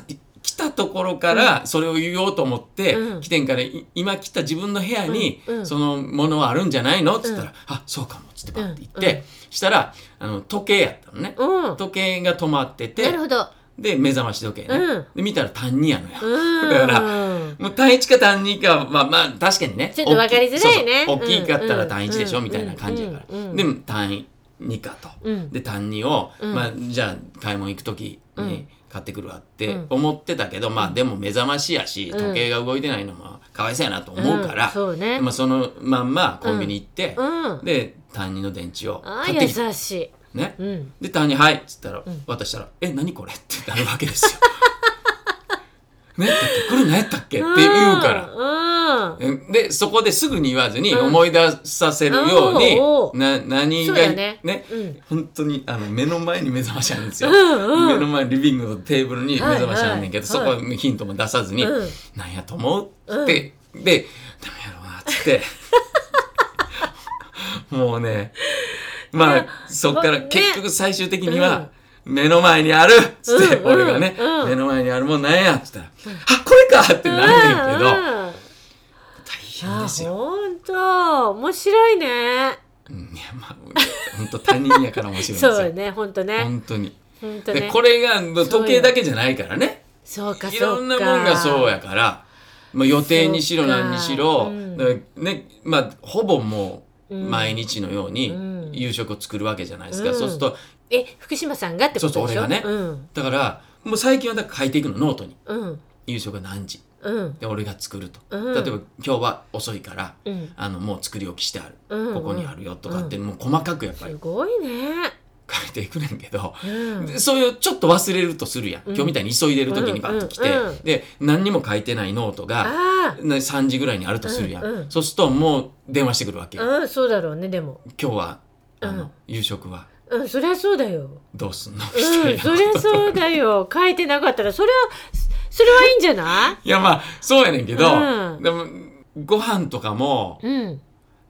B: 来たところからそれを言おうと思って、
A: うん
B: 来てんからい今来た自分の部屋に、
A: うんうん
B: そのものはあるんじゃないのっつったら「あそうかも」っつってバッて行って、
A: うんう
B: したらあの時計やったのね、
A: うん
B: 時計が止まってて
A: なるほど
B: で目覚まし時計ね、
A: うん
B: で見たら単二やのや、
A: うん
B: だからもう単一か単二かまあまあ確かにね
A: ちょっと分かりづらいね
B: 大きいそうそう
A: うん
B: 大きかったら単一でしょ、
A: うん
B: みたいな感じやから、
A: うん
B: でも単二かと、
A: うん
B: で単二を、
A: うん
B: まあじゃあ買い物行く時に買ってくるわって
A: うん
B: 思ってたけど、まあでも目覚ましやし
A: うん
B: 時計が動いてないのもかわいそうやなと思うから、
A: んそうね
B: まあ、そのまんまコンビニ行って、
A: うん
B: で単二の電池を
A: ああ
B: 買って
A: 優
B: きて、
A: しい
B: ね、
A: うん
B: で単に「はい」っつったら、
A: ん
B: 渡したら「え何これ?」ってなるわ けですよ。ねだってこれ何やったっけって言うから。
A: ら
B: でそこですぐに言わずに
A: うん
B: 思い出させるように、
A: おうおう
B: な何が
A: そうだねうん
B: 本当にあの目の前に目覚ましあるんですよ、
A: うんうん
B: 目の前リビングのテーブルに目覚ましあるんねんけど、
A: はいはい
B: そこはヒントも出さずに「
A: うん
B: なんやと思う?」って、で「ダメやろうな」っつって もうねまあそっから
A: ね
B: 結局最終的には「目の前にある!」っつって、
A: うんうん
B: 俺がね、
A: うん
B: 目の前にあるもんなんや」っつったら「あこれか!」ってなんねんけど、大
A: うんうん
B: 変
A: あ
B: ですよ。
A: 本当面白いね
B: うんいやまあ本当他人やから面白いんですよ。
A: そうね本当ね
B: 本当に。
A: 本当
B: で
A: ね
B: これが時計だけじゃないからね。
A: そうかそうか
B: いろんなもんがそうやから、まあ、予定にしろ
A: そうか
B: 何にしろ、
A: うん
B: だからねまあほぼもう
A: うん
B: 毎日のよう
A: うん
B: に夕食を作るわけじゃないですか、
A: うん
B: そうすると
A: え福島さんがってことでしょ
B: そうそう俺がね
A: うん
B: だからもう最近はだから書いていくのノートに
A: うん
B: 夕食は何時
A: うん
B: で俺が作ると、
A: うん
B: 例えば今日は遅いから
A: うん
B: あのもう作り置きしてある、
A: うん
B: ここにあるよとかって、もう細かくやっぱ
A: す
B: り
A: ごいね
B: 書いていくねんけど、
A: うん
B: でそういうちょっと忘れるとするやん、
A: うん
B: 今日みたいに急いでる時にバッと来て、
A: うんうんうん
B: で何にも書いてないノートが
A: あ
B: ね3時ぐらいにあるとするやん、
A: うんうん
B: そうするともう電話してくるわけ、
A: あうんそうだろうねでも
B: 今日はあの、
A: うん
B: 夕食は
A: うんそりゃそうだよ
B: どうすんの、
A: う
B: みたい
A: ん
B: な
A: そりゃそうだよ書いてなかったらそれはそれはいいんじゃない
B: やまあそうやねんけど、
A: うん
B: でもご飯とかも
A: うん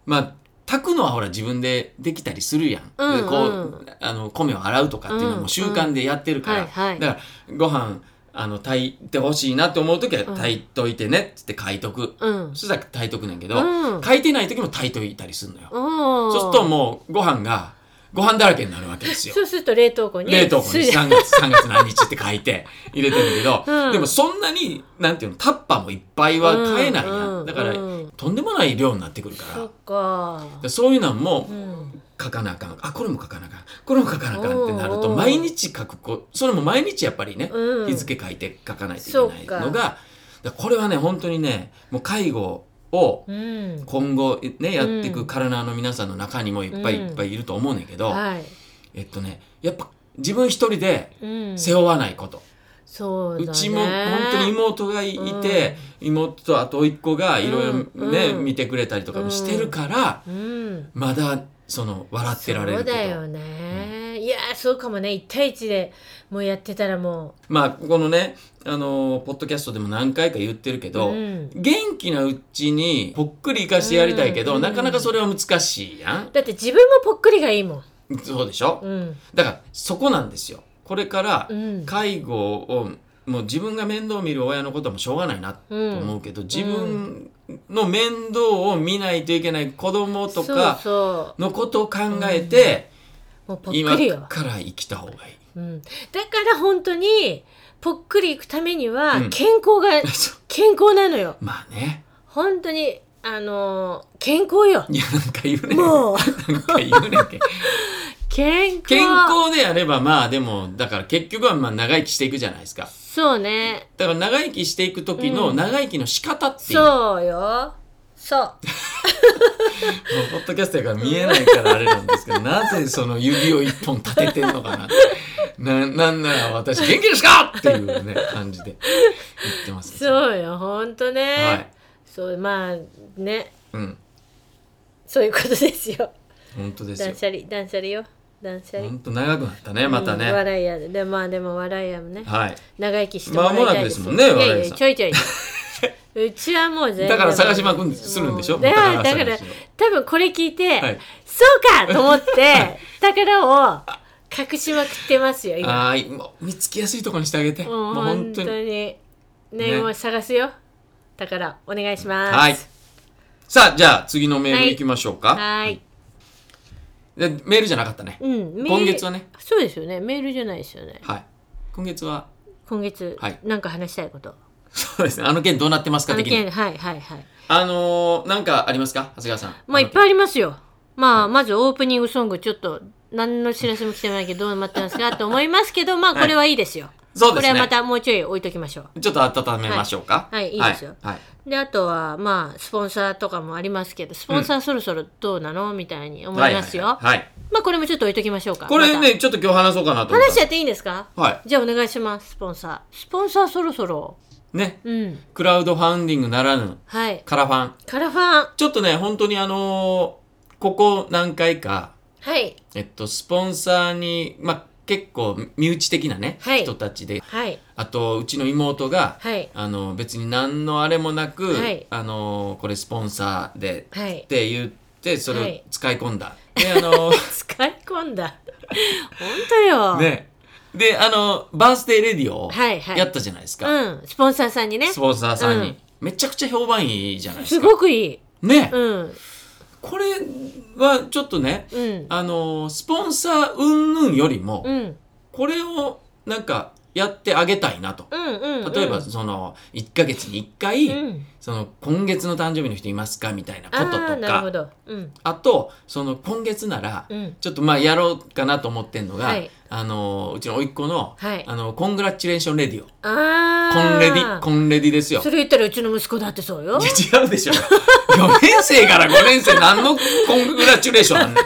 B: まあ炊くのはほら自分でできたりするやん、
A: うんうん
B: でこうあの米を洗うとかっていうのはもう習慣でやってるから、
A: うんうんはいはい
B: だからご飯あの炊いてほしいなって思う時は炊いといてねっつって書いとく、
A: うん
B: そしたら炊いとくねんけど、
A: うん
B: 書いてない時も炊いといたりするのよ。
A: そ
B: そうするともうご飯がご飯だらけになるわけですよ。
A: そうすると冷凍庫に
B: 冷凍庫に
A: すじ
B: 3月、3月何日って書いて入れてるけど、
A: うん
B: でもそんなに、なんていうの、タッパーもいっぱいは買えないやん。
A: うんうん
B: だから、
A: うん
B: とんでもない量になってくるから。
A: そっ
B: だか
A: から
B: そういうのも
A: うん
B: 書かなあかん。あ、これも書かなあかん。これも書かなあかんってなる
A: おうお
B: と、
A: う
B: 毎日書くこ、それも毎日やっぱりね、
A: うん
B: 日付書いて書かないといけない
A: そ
B: の
A: う
B: が、だからこれはね、本当にね、もう介護を、
A: うん
B: 今後ねやっていくカルナーの皆さんの中にもいっぱい
A: うん
B: いっぱいいると思うねんけど、
A: はい
B: えっとねやっぱ自分一人で
A: うん
B: 背負わないこと、
A: そう
B: う
A: だね
B: ちも本当に妹がいて、妹とあと甥っ子がいろいろね、
A: うんうん
B: 見てくれたりとかもしてるから、
A: うん
B: まだその笑ってられ
A: そう
B: るけ
A: だ
B: ど
A: よねいやーそうかもね一対一でもうやってたらも
B: まあこのねあのーポッドキャストでも何回か言ってる
A: う
B: けど、
A: うん
B: 元気なうちにぽっくり生かしてやりたいけど、
A: うん
B: なかなかそれは難しいや
A: だって自分もぽっくりがいいもん
B: んそうでしょ、
A: うん
B: だからそこなんですよこれから
A: うん
B: 介護をもう自分が面倒を見る親のこともしょうがないなと思うけど、自分の面倒を見ないといけない子供とか
A: そうそ
B: のことを考えて、
A: うもうぽっ
B: 今
A: くりよ、
B: から生きた方がいい。
A: うん、だから本当にぽっくりいくためには
B: うん
A: 健康が、
B: そう
A: 健康なのよ
B: まあね
A: 本当にあのー健康よ
B: いやなんか言うねん
A: も う
B: なんか言うねんけ
A: 健康
B: 健康であればまあでもだから結局はまあ長生きしていくじゃないですか
A: そうね
B: だから長生きしていく時の長生きの仕方っていう、
A: そうよそう
B: もうポッドキャストやから見えないからあれなんですけど、なぜその指を一本立ててんのかなって。な、なんなら私元気ですかっていうね、感じで言ってますけど。
A: そうよ本当ね、
B: はい
A: そうまあね
B: うん。
A: そういうことですよ
B: 本当ですよ
A: 断。捨離断捨離よ断捨離
B: 本当長くなったねまた
A: うん
B: ね、
A: 笑い屋ででまあでも笑い屋もね
B: はい
A: 長生きしてもらいたいですよ
B: まもなくですもんね
A: いや
B: 笑い
A: い
B: 屋
A: や
B: さん
A: ちょいちょい うちはもう全然
B: だから探しまくんするんでしょ
A: もうだから
B: 宝
A: だ
B: 探
A: か
B: しを
A: ら多分これ聞いて、
B: はい
A: そうかと思 って宝を隠しまくってますよ今
B: ああもう見つけやすいところにしてあげて
A: もう
B: もう
A: 本
B: 本当
A: 当に
B: に
A: ね
B: ね
A: もう探すよ宝お願いします
B: はいさあじゃあ次のメールいきましょうか、
A: はい
B: でメールじゃなかったね
A: うんメール
B: 今月はね
A: そうですよねメールじゃないですよね
B: はい今月は
A: 今月、
B: はい
A: なんか話したいこと
B: そうですねあの件どうなってますか
A: あの
B: 的に
A: 件はいはいはい
B: あのー、なんかありますか長谷川さん
A: まあいっ
B: い
A: ぱいありますよまあまずオープニングソングちょっと何の知らせも来てないけどどうなってますかと思いますけどまあこれはいいですよ、
B: そう
A: こ
B: で
A: れ
B: す
A: はま
B: ね
A: たもうちょい置いときましょ
B: ちょっと温めましょうか
A: はいはいいいですよ
B: はい、はいう
A: であとはまあスポンサーとかもありますけどスポンサーそろそろどうなのみたいに思いますよ、
B: はいはいはいはい
A: まあこれもちょっと置いときましょうか
B: これ
A: ま
B: ね、ちょっと今日話そうかなと
A: た
B: 思っ
A: 話しちゃっていいんですか
B: た。は
A: じゃあお願いしますスポンサースポンサーそろそろ
B: い。ね、
A: うん
B: クラウドファンディングならぬ、
A: はい
B: カラファン。
A: カラファン
B: ちょっとね、本当にあのーここ何回か、
A: はい
B: えっと、スポンサーに、まあ、結構身内的なね、
A: はい
B: 人たちで、
A: はい
B: あと、うちの妹が、
A: はい
B: あの、別に何のあれもなく、
A: はい
B: あのーこれスポンサーで、
A: はい
B: って言って、そ
A: は
B: れ
A: い
B: を使い込んだ。で、あのー
A: 使い込んだ 本当よ、
B: ね、で、あのーバースデーレディオを
A: はいはい
B: やったじゃないですか。
A: うんスポンサーさんにね
B: スポンサーさんに、
A: うん
B: めちゃくちゃ評判いいじゃないですすか。
A: ごくいい
B: ね、
A: うん
B: これはちょっとね、
A: うん
B: あのースポンサー云々よりも、
A: うん
B: これをなんかやってあげたいなと。
A: うんうんうん
B: 例えばその1ヶ月に1回、
A: うん
B: その今月の誕生日の人いますかみたいなこ
A: あ
B: と
A: ーな
B: と
A: る
B: か
A: ほどうん
B: あとその今月なら、
A: うん
B: ちょっとまあやろうかなと思ってんのが、
A: はい
B: あのーうちの甥っ子の、
A: はい
B: あのコングラチュレーションレディオ
A: あ
B: コ
A: あ
B: ンレディコンレディですよ
A: それ言ったらうちの息子だってそうよ
B: いや違うでしょ。4年生から5年生何のコングラチュレーションあんねん。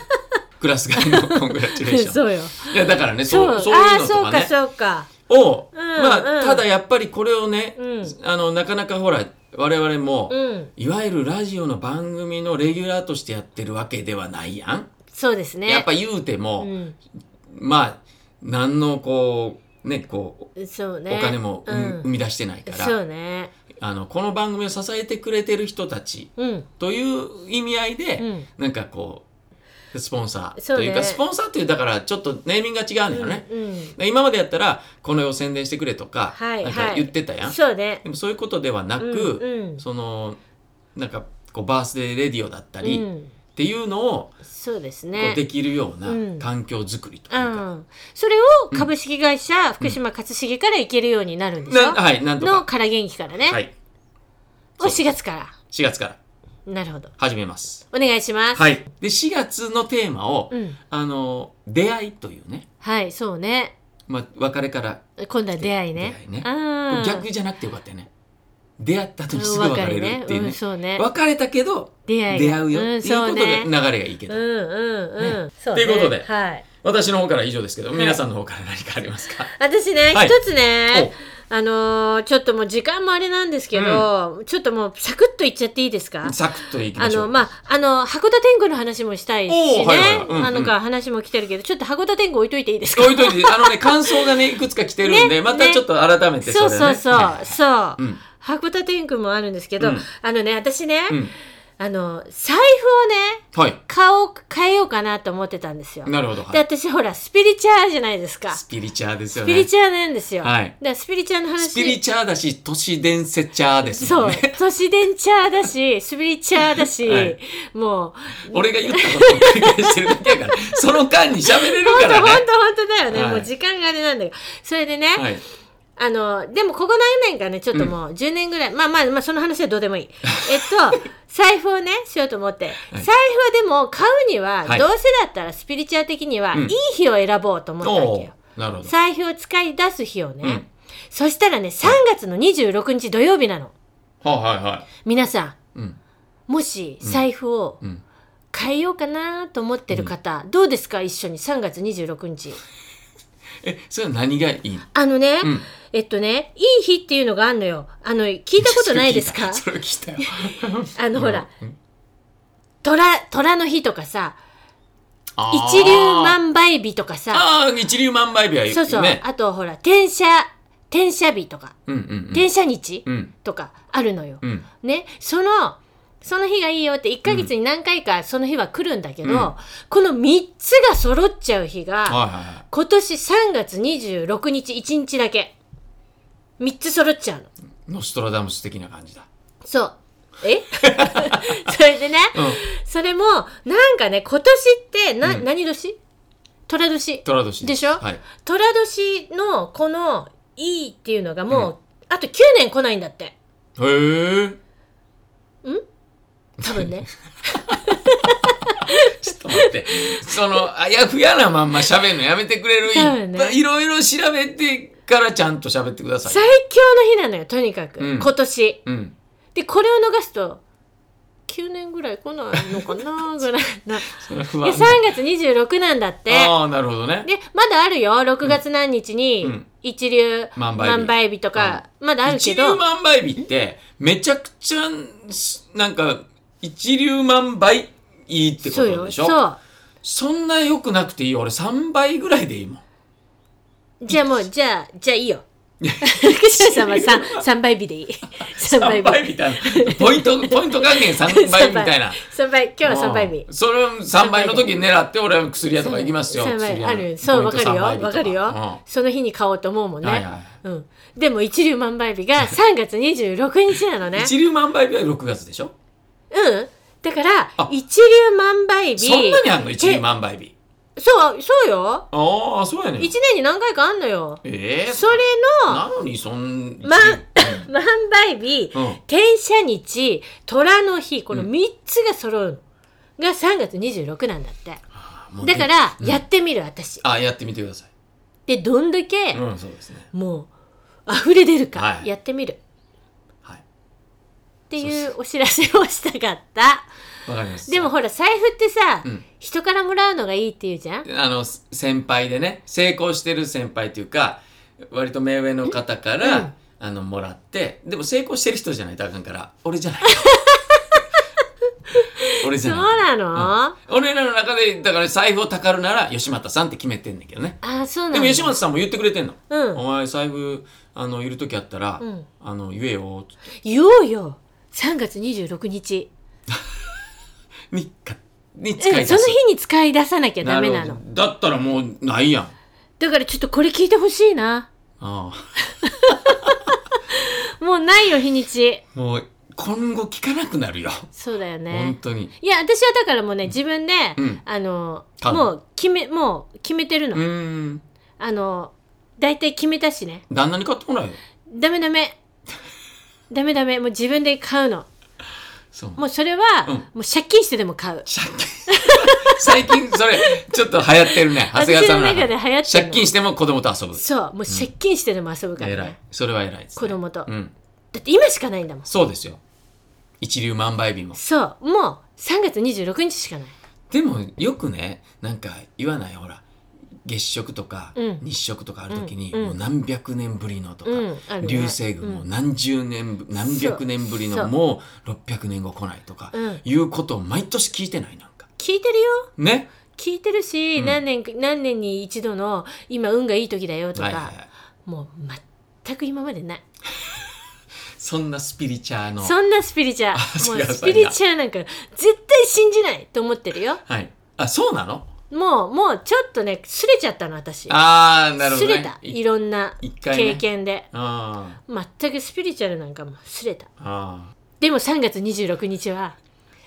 B: クラス外のコングラチュレーショ ン。
A: そうよ
B: いやだからね、
A: そう
B: そうそう
A: あ
B: い
A: あ
B: うの
A: そ
B: と
A: う
B: か
A: か
B: ね。
A: そうか
B: を、
A: うん
B: ま
A: う
B: あ、
A: ん
B: ただやっぱりこれをね
A: うん、
B: あの、なかなかほら、我々も、
A: うん
B: いわゆるラジオの番組のレギュラーとしてやってるわけではないやん。
A: そうですね
B: やっぱ言うても、
A: うん
B: まあ、何のこう、ね、こ
A: そう
B: う、
A: ね
B: お金もう
A: うん
B: 生
A: ん
B: み出してないから、
A: そうね
B: あの、この番組を支えてくれてる人たち
A: うん
B: という意味合いで、
A: うん
B: なんかこうスポンサー
A: そう
B: と
A: ね
B: いうかスポンサーっていうだからちょっとネーミングが違うのよね、
A: うん
B: で今までやったらこの世を宣伝してくれとか,、
A: はい
B: なんか
A: はい
B: 言ってたやん、
A: そうね
B: でもそういうことではな
A: うん
B: く、
A: うん
B: そのなんかこうバースデーレディオだったり、
A: う
B: っ
A: ん
B: ていうのを
A: そうです
B: こ
A: ね
B: うできるよ
A: う
B: うなん環境づくりという
A: う
B: か、
A: ん、それを株式会社、福島勝重から行けるようになるんでしょ、
B: なはいなんと
A: の
B: か、
A: から元気からね、
B: はい、
A: を4月から
B: 4月から
A: なるほど
B: 始めます。
A: お願いします
B: はい、で4月のテーマを、
A: うん
B: あの出会いというね、
A: はいそうね
B: まあ、別れから
A: 今度は出会いね
B: 出会いね
A: あー
B: 逆じゃなくてよかったよね出会った後にすぐ別れるっていう
A: う
B: ね
A: ん、そうね
B: 別れたけど
A: 出会い
B: 出
A: が
B: 会うよっていうことで
A: ん
B: 流
A: そうね
B: れがいいけ
A: う
B: ど、
A: んうんうんそう
B: と
A: ね
B: いうことで
A: はい
B: 私の方から以上ですけど
A: い
B: 皆さんの方から何かありますか、
A: 私ね、
B: はい
A: 一つねあのーちょっともう時間もあれなんですけど、ちょっともうサクッといっちゃっていいですか
B: サクッといきま
A: あ
B: しょう
A: の、まあ、あの、函館天狗の話もしたいし
B: お
A: ね
B: ーはいはいはい。うんうん
A: あのか、話も来てるけど、ちょっと函館天狗置いといていいですか
B: 置いといてあのね感想がねいくつか来てるんで、
A: ね
B: またちょっと改めて
A: そ
B: そうれ、ね、
A: そうそう、
B: はい
A: そうう。
B: ん
A: 函館天狗もあるんですけど、
B: うん
A: あのね、私ね、
B: うん
A: あの、財布をね、
B: はい
A: 顔変えようかなと思ってたんですよ。
B: なるほど、は
A: で、
B: い、
A: 私ほら、スピリチュアルじゃないですか。ス
B: スピリチュアですよ
A: ピ
B: ね
A: リチュアルなんですよ。
B: はい
A: で、スピリチュアルの話。
B: スピリチュアだし都市伝説チャーです
A: そ
B: もん
A: う
B: ね、
A: 都市伝チャーだし、スピリチュアルだし、
B: はい
A: もう、
B: 俺が言ったことを繰り返してるだけやからその間に喋れる
A: 本
B: か
A: 当
B: ら
A: 本
B: ね
A: 当本当だよね、
B: はい
A: もう時間があれなんだけどそれでね、
B: はい
A: あのでもここ何年かねちょっともう10年ぐらい、まあまあまあその話はどうでも いいえっと財布をねしようと思って、財布はでも買うには、
B: はい
A: どうせだったらスピリチュア的には、
B: うん
A: いい日を選ぼうと思ったわ
B: お
A: け
B: ー
A: よ
B: なるほど
A: 財布を使い出す日をね、
B: うん
A: そしたらね3月の26日土曜日なの
B: はいはいは
A: 皆さ
B: い。うん。
A: んもし財布を
B: うん。
A: 変えようかなと思ってる方、どうですか一緒に3月26日
B: え、それは何がいい
A: あのね、
B: うん
A: えっとね、いい日っていうのがあんのよ。あの、聞いたことないですか
B: それ聞いたよ。
A: あの、ほら、
B: うん。
A: 虎、虎の日とかさ、
B: あー
A: 一粒万倍日とかさ
B: ああ一粒万倍日は言う
A: そうそう、
B: ね
A: あとほら転写転写日とか
B: うんうん
A: 転写日
B: うんうん
A: とかあるのよ、
B: うん
A: ねそのその日がいいよって1ヶ月に何回かその日は来るんだけど、
B: うん
A: この3つが揃っちゃう日が
B: はいはいはい
A: 今年3月26日1日だけ3つ揃っちゃうの
B: ノストラダムス的な感じだ
A: そうえ それでね、
B: うん
A: それもなんかね今年ってな、
B: うん
A: 何年虎年
B: トラドシ
A: でしょ
B: はい
A: 虎年のこの「いい」っていうのがもう、
B: う
A: あと9年来ないんだって
B: へえ
A: 多 分ね
B: ちょっと待って。その、あやふやなまんま喋るのやめてくれる。
A: だよ
B: い
A: ね
B: っぱいいろいろ調べてからちゃんと喋ってください。
A: 最強の日なのよとにかく、
B: うん
A: 今年
B: うん。
A: でこれを逃すと9年ぐらい来ないのか なぐらいなで
B: それ不
A: 3
B: 安。
A: 月26なんだって
B: ああ、なるほどね。
A: でまだあるよ6月何日に
B: うん
A: 一流
B: 万倍日
A: 万倍日とか、まだあるけ
B: 一
A: ど
B: 流万倍日って、めちゃくちゃ、なんか、一流万倍いいってこ
A: そう
B: と
A: よ
B: でしょ
A: そう
B: そんな良くなくていいよ。俺3倍ぐらいでいいもん。
A: じゃあもうじゃあじゃあいい よ福島さんは 3, 三倍日でいい3
B: 3倍みたいな。ポイ ント、ポイント還元3倍みたいな。
A: 3倍今日は3倍日
B: うんそれを3倍の時に狙って俺は薬屋とか行きますよ。
A: 三倍
B: 薬屋
A: あるそうわかるよ
B: ポイント
A: わかる
B: 三倍日と
A: よ、
B: うん
A: その日に買おうと思うもんね、
B: はいはい
A: うん、でも一粒万倍日が3月26日なのね
B: 一粒万倍日は6月でしょ
A: うんだから
B: あ
A: 一粒万倍日
B: そんなにあんの一粒万倍日
A: そうそうよ
B: ああそうやねん
A: 1年に何回かあんのよ
B: ええ
A: それの
B: なのにそん
A: ま万倍日、
B: うん
A: 転写日虎の日この3つが揃うのが3月26なんだって
B: もうね
A: だからやってみる私
B: あやってみてください
A: でどんだけ
B: うんそうですね
A: もう溢れ出るか
B: はい
A: やってみる
B: はい
A: っていうお知らせをしたかった
B: わかります
A: でもほら財布ってさ
B: うん
A: 人からもらうのがいいって言うじゃん
B: あの先輩でね成功してる先輩というか割と目上の方から、
A: うん
B: あのもらってでも成功してる人じゃないとあかんから俺じゃない 俺じ
A: そう
B: ゃな
A: な
B: い
A: の
B: 俺らの中でだから財布をたかるなら吉又さんって決めてんだけどね
A: あそうな
B: で
A: の
B: も吉松さんも言ってくれてんの。
A: うん
B: お前財布あのいる時あったら、
A: うん
B: あの言えよって
A: 言おうよ3月26日
B: にかに使い
A: うん
B: 出
A: そ
B: す。
A: の日に使い出さなきゃダメな
B: る
A: の
B: ほどだったらもうないやん。あ
A: だからちょっとこれ聞いてほしいな
B: あ
A: もうないよ日にち
B: もう今後聞かなくなるよ。
A: そうだよ
B: 本
A: ね
B: 当に。
A: いや私はだからもうね自分で、
B: うん
A: あの
B: 買うの
A: もう決めもう決めてる
B: う
A: の、
B: ーん。
A: あの大体決めたしね
B: 旦那に買ってもらえよ。
A: ダメダメダメダメもう自分で買うの
B: そう。
A: もうそれは、
B: うん
A: もう借金してでも買う
B: 借金。 最近それちょっと流行ってるね。長谷川さんの
A: 私の中で流行ってるの
B: 借金しても子供と遊ぶ。
A: そうもう借金してでも遊ぶから、ね
B: 偉い。それは偉いです、ね。
A: 子供と
B: うん。
A: だって今しかないんだもん
B: そうですよ。一流万倍日も。
A: そうもう3月26日しかない
B: でもよくねなんか言わないほら月食とか
A: うん
B: 日食とかある時に、
A: うんうん
B: もう何百年ぶりのとか、
A: うんあるね
B: 流星群も何十年ぶ、何百年ぶり
A: そ
B: の
A: う
B: もう600年後来ないとか、
A: うん
B: いうことを毎年聞いてないなんか
A: 聞いてるよ
B: ね
A: 聞いてるし、
B: うん
A: 何年か何年に一度の今運がいい時だよとか、
B: はいはいはい
A: もう全く今までない
B: そんなスピリチュアの
A: そんなスピリチュアも
B: そう
A: う
B: や
A: スピリチュアなんか絶対信じないと思ってるよ
B: はいあそうなの
A: もうもうちょっとねすれちゃったの私
B: ああなるほ
A: す
B: ど、ね、
A: れた
B: い
A: いろんな
B: 一回ね
A: 経験で、
B: あ
A: 全くスピリチュアルなんかもすれた
B: ーあ
A: でも3月26日は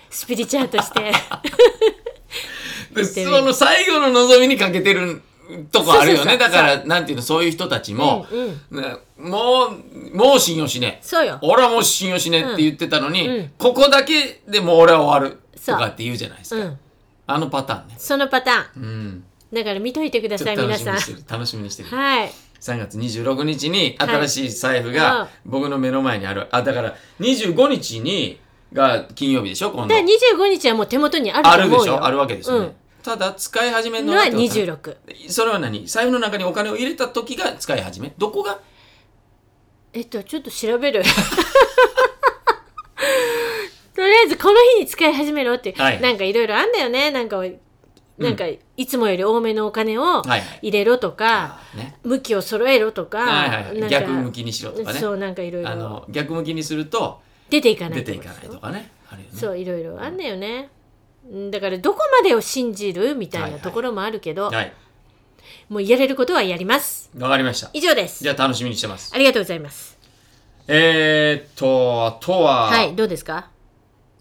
A: スピリチュアルとして
B: ーで
A: って
B: そ
A: みる
B: の最後の望みにかけてるとこあるよ
A: そうそうそ
B: ね
A: う
B: だからなんていうのそういう人たちも、
A: うんうん
B: ねもうもう信用しねえ
A: そうよ
B: 俺はもう信用しねえって言ってたのに、
A: うんうん
B: ここだけでもう俺は終わると
A: そう
B: かって言うじゃないです
A: う
B: か、
A: ん
B: あのパターンね、
A: そのパターン
B: うん、
A: だから見といてくだ
B: ちょ
A: さ
B: っ
A: い
B: と
A: 皆
B: 楽し
A: さん
B: みにしてる楽しみにしてる
A: はい
B: 3月26日に
A: い
B: 新しい財布
A: うん
B: が僕の目の前にある、あだから25日にが金曜日でしょ今度
A: だから25日はもう手元にある
B: あ
A: と
B: るで
A: 思う
B: し
A: よ
B: ょあるわけですよね、
A: うん
B: ただ使い始めるの
A: のは
B: はってことね
A: 26
B: それは何財布の中にお金を入れた時が使い始めどこが
A: えっとちょっと調べる とりあえずこの日に使い始めろって、
B: はい
A: なんかいろいろあんだよねなんかなんかいつもより多めのお金を
B: はいはい
A: 入れろとか、
B: ね
A: 向きを揃えろとか,、
B: はいは
A: な
B: いは
A: ん
B: い、
A: か
B: 逆向きにしろとかね
A: そうなんかいろい
B: あ
A: ろ
B: の逆向きにすると
A: 出ていかない
B: 出
A: って
B: て
A: こ
B: い
A: と
B: かないとかねあるよね
A: そういろいろあんだよねうんだからどこまでを信じるみたいなところもあるけど、
B: はい
A: もうやれることはやります
B: わかりました
A: 以上です
B: じゃあ楽しみにしてます
A: ありがとうございます
B: えー、っとあとは、
A: はいどうですか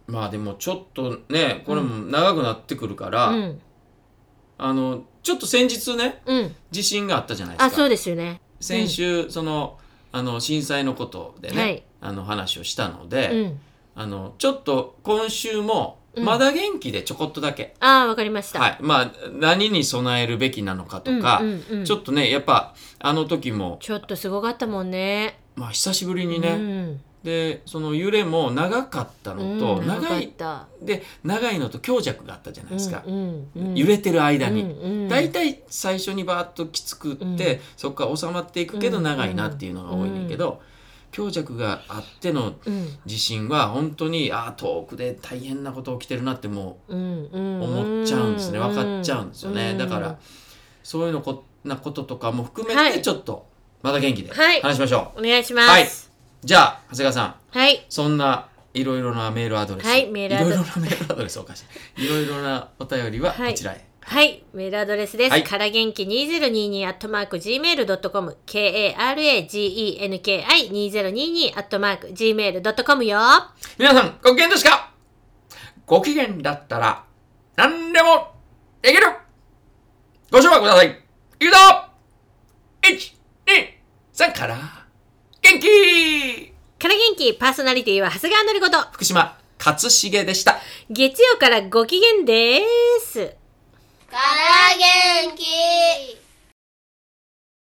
B: まあでもちょっとねこれも長くなってくるから、
A: うん
B: あのちょっと先日ね
A: うん
B: 地震があったじゃないで
A: あ
B: すか
A: そうですよね
B: 先週そのあの震災のことでね、
A: はい
B: あの話をしたので、
A: うん
B: あのちょっと今週も
A: うん
B: まだ元気でちょこっとだけ、
A: ああわかりました、
B: はいまあ、何に備えるべきなのかとか、
A: うんうんうん
B: ちょっとねやっぱあの時も、
A: ちょっとすごかったもんね
B: まあ、久しぶりに
A: う
B: ね、
A: ん
B: でその揺れも長かった
A: う
B: の
A: ん、
B: と、
A: 長か
B: 長
A: っ
B: い
A: た
B: で長いのと強弱があったじゃないですか、
A: うんうんうん
B: 揺れてる間に。
A: に
B: 大体最初にバーッときつくって、
A: うん
B: そこから収まっていくけど
A: うん
B: 長いなっていうのが多いねんけど、強弱があっての
A: うん
B: 地震は本当にああ遠くで大変なこと起きてるなっても
A: うんうん
B: う思っちゃうんですね、分かっちゃうんですよね、
A: うん
B: だからそういうのこなこととかも含
A: は
B: めて
A: い
B: ちょっとまだ元気で
A: はい
B: 話しましょう、
A: お願いします
B: じゃあ長谷川さん
A: はい
B: そんないろいろなメールアドレス、
A: はいメールアドレス
B: いろいろなメールアドレスおかしいいろいろなお便りはこちらへ、
A: はい、メールアドレスです。
B: はい
A: から元気2022アットマーク gmail.com、k-a-r-a-g-e-n-k-i2022 アットマーク gmail.com よ。
B: 皆さん、ご機嫌ですかご機嫌だったら、何でもできるご紹介ください。いくぞ !1、2、3から、元気
A: から元気パーソナリティは長谷川のりこと、
B: 福島、勝重でした。
A: 月曜からご機嫌です。
C: から元気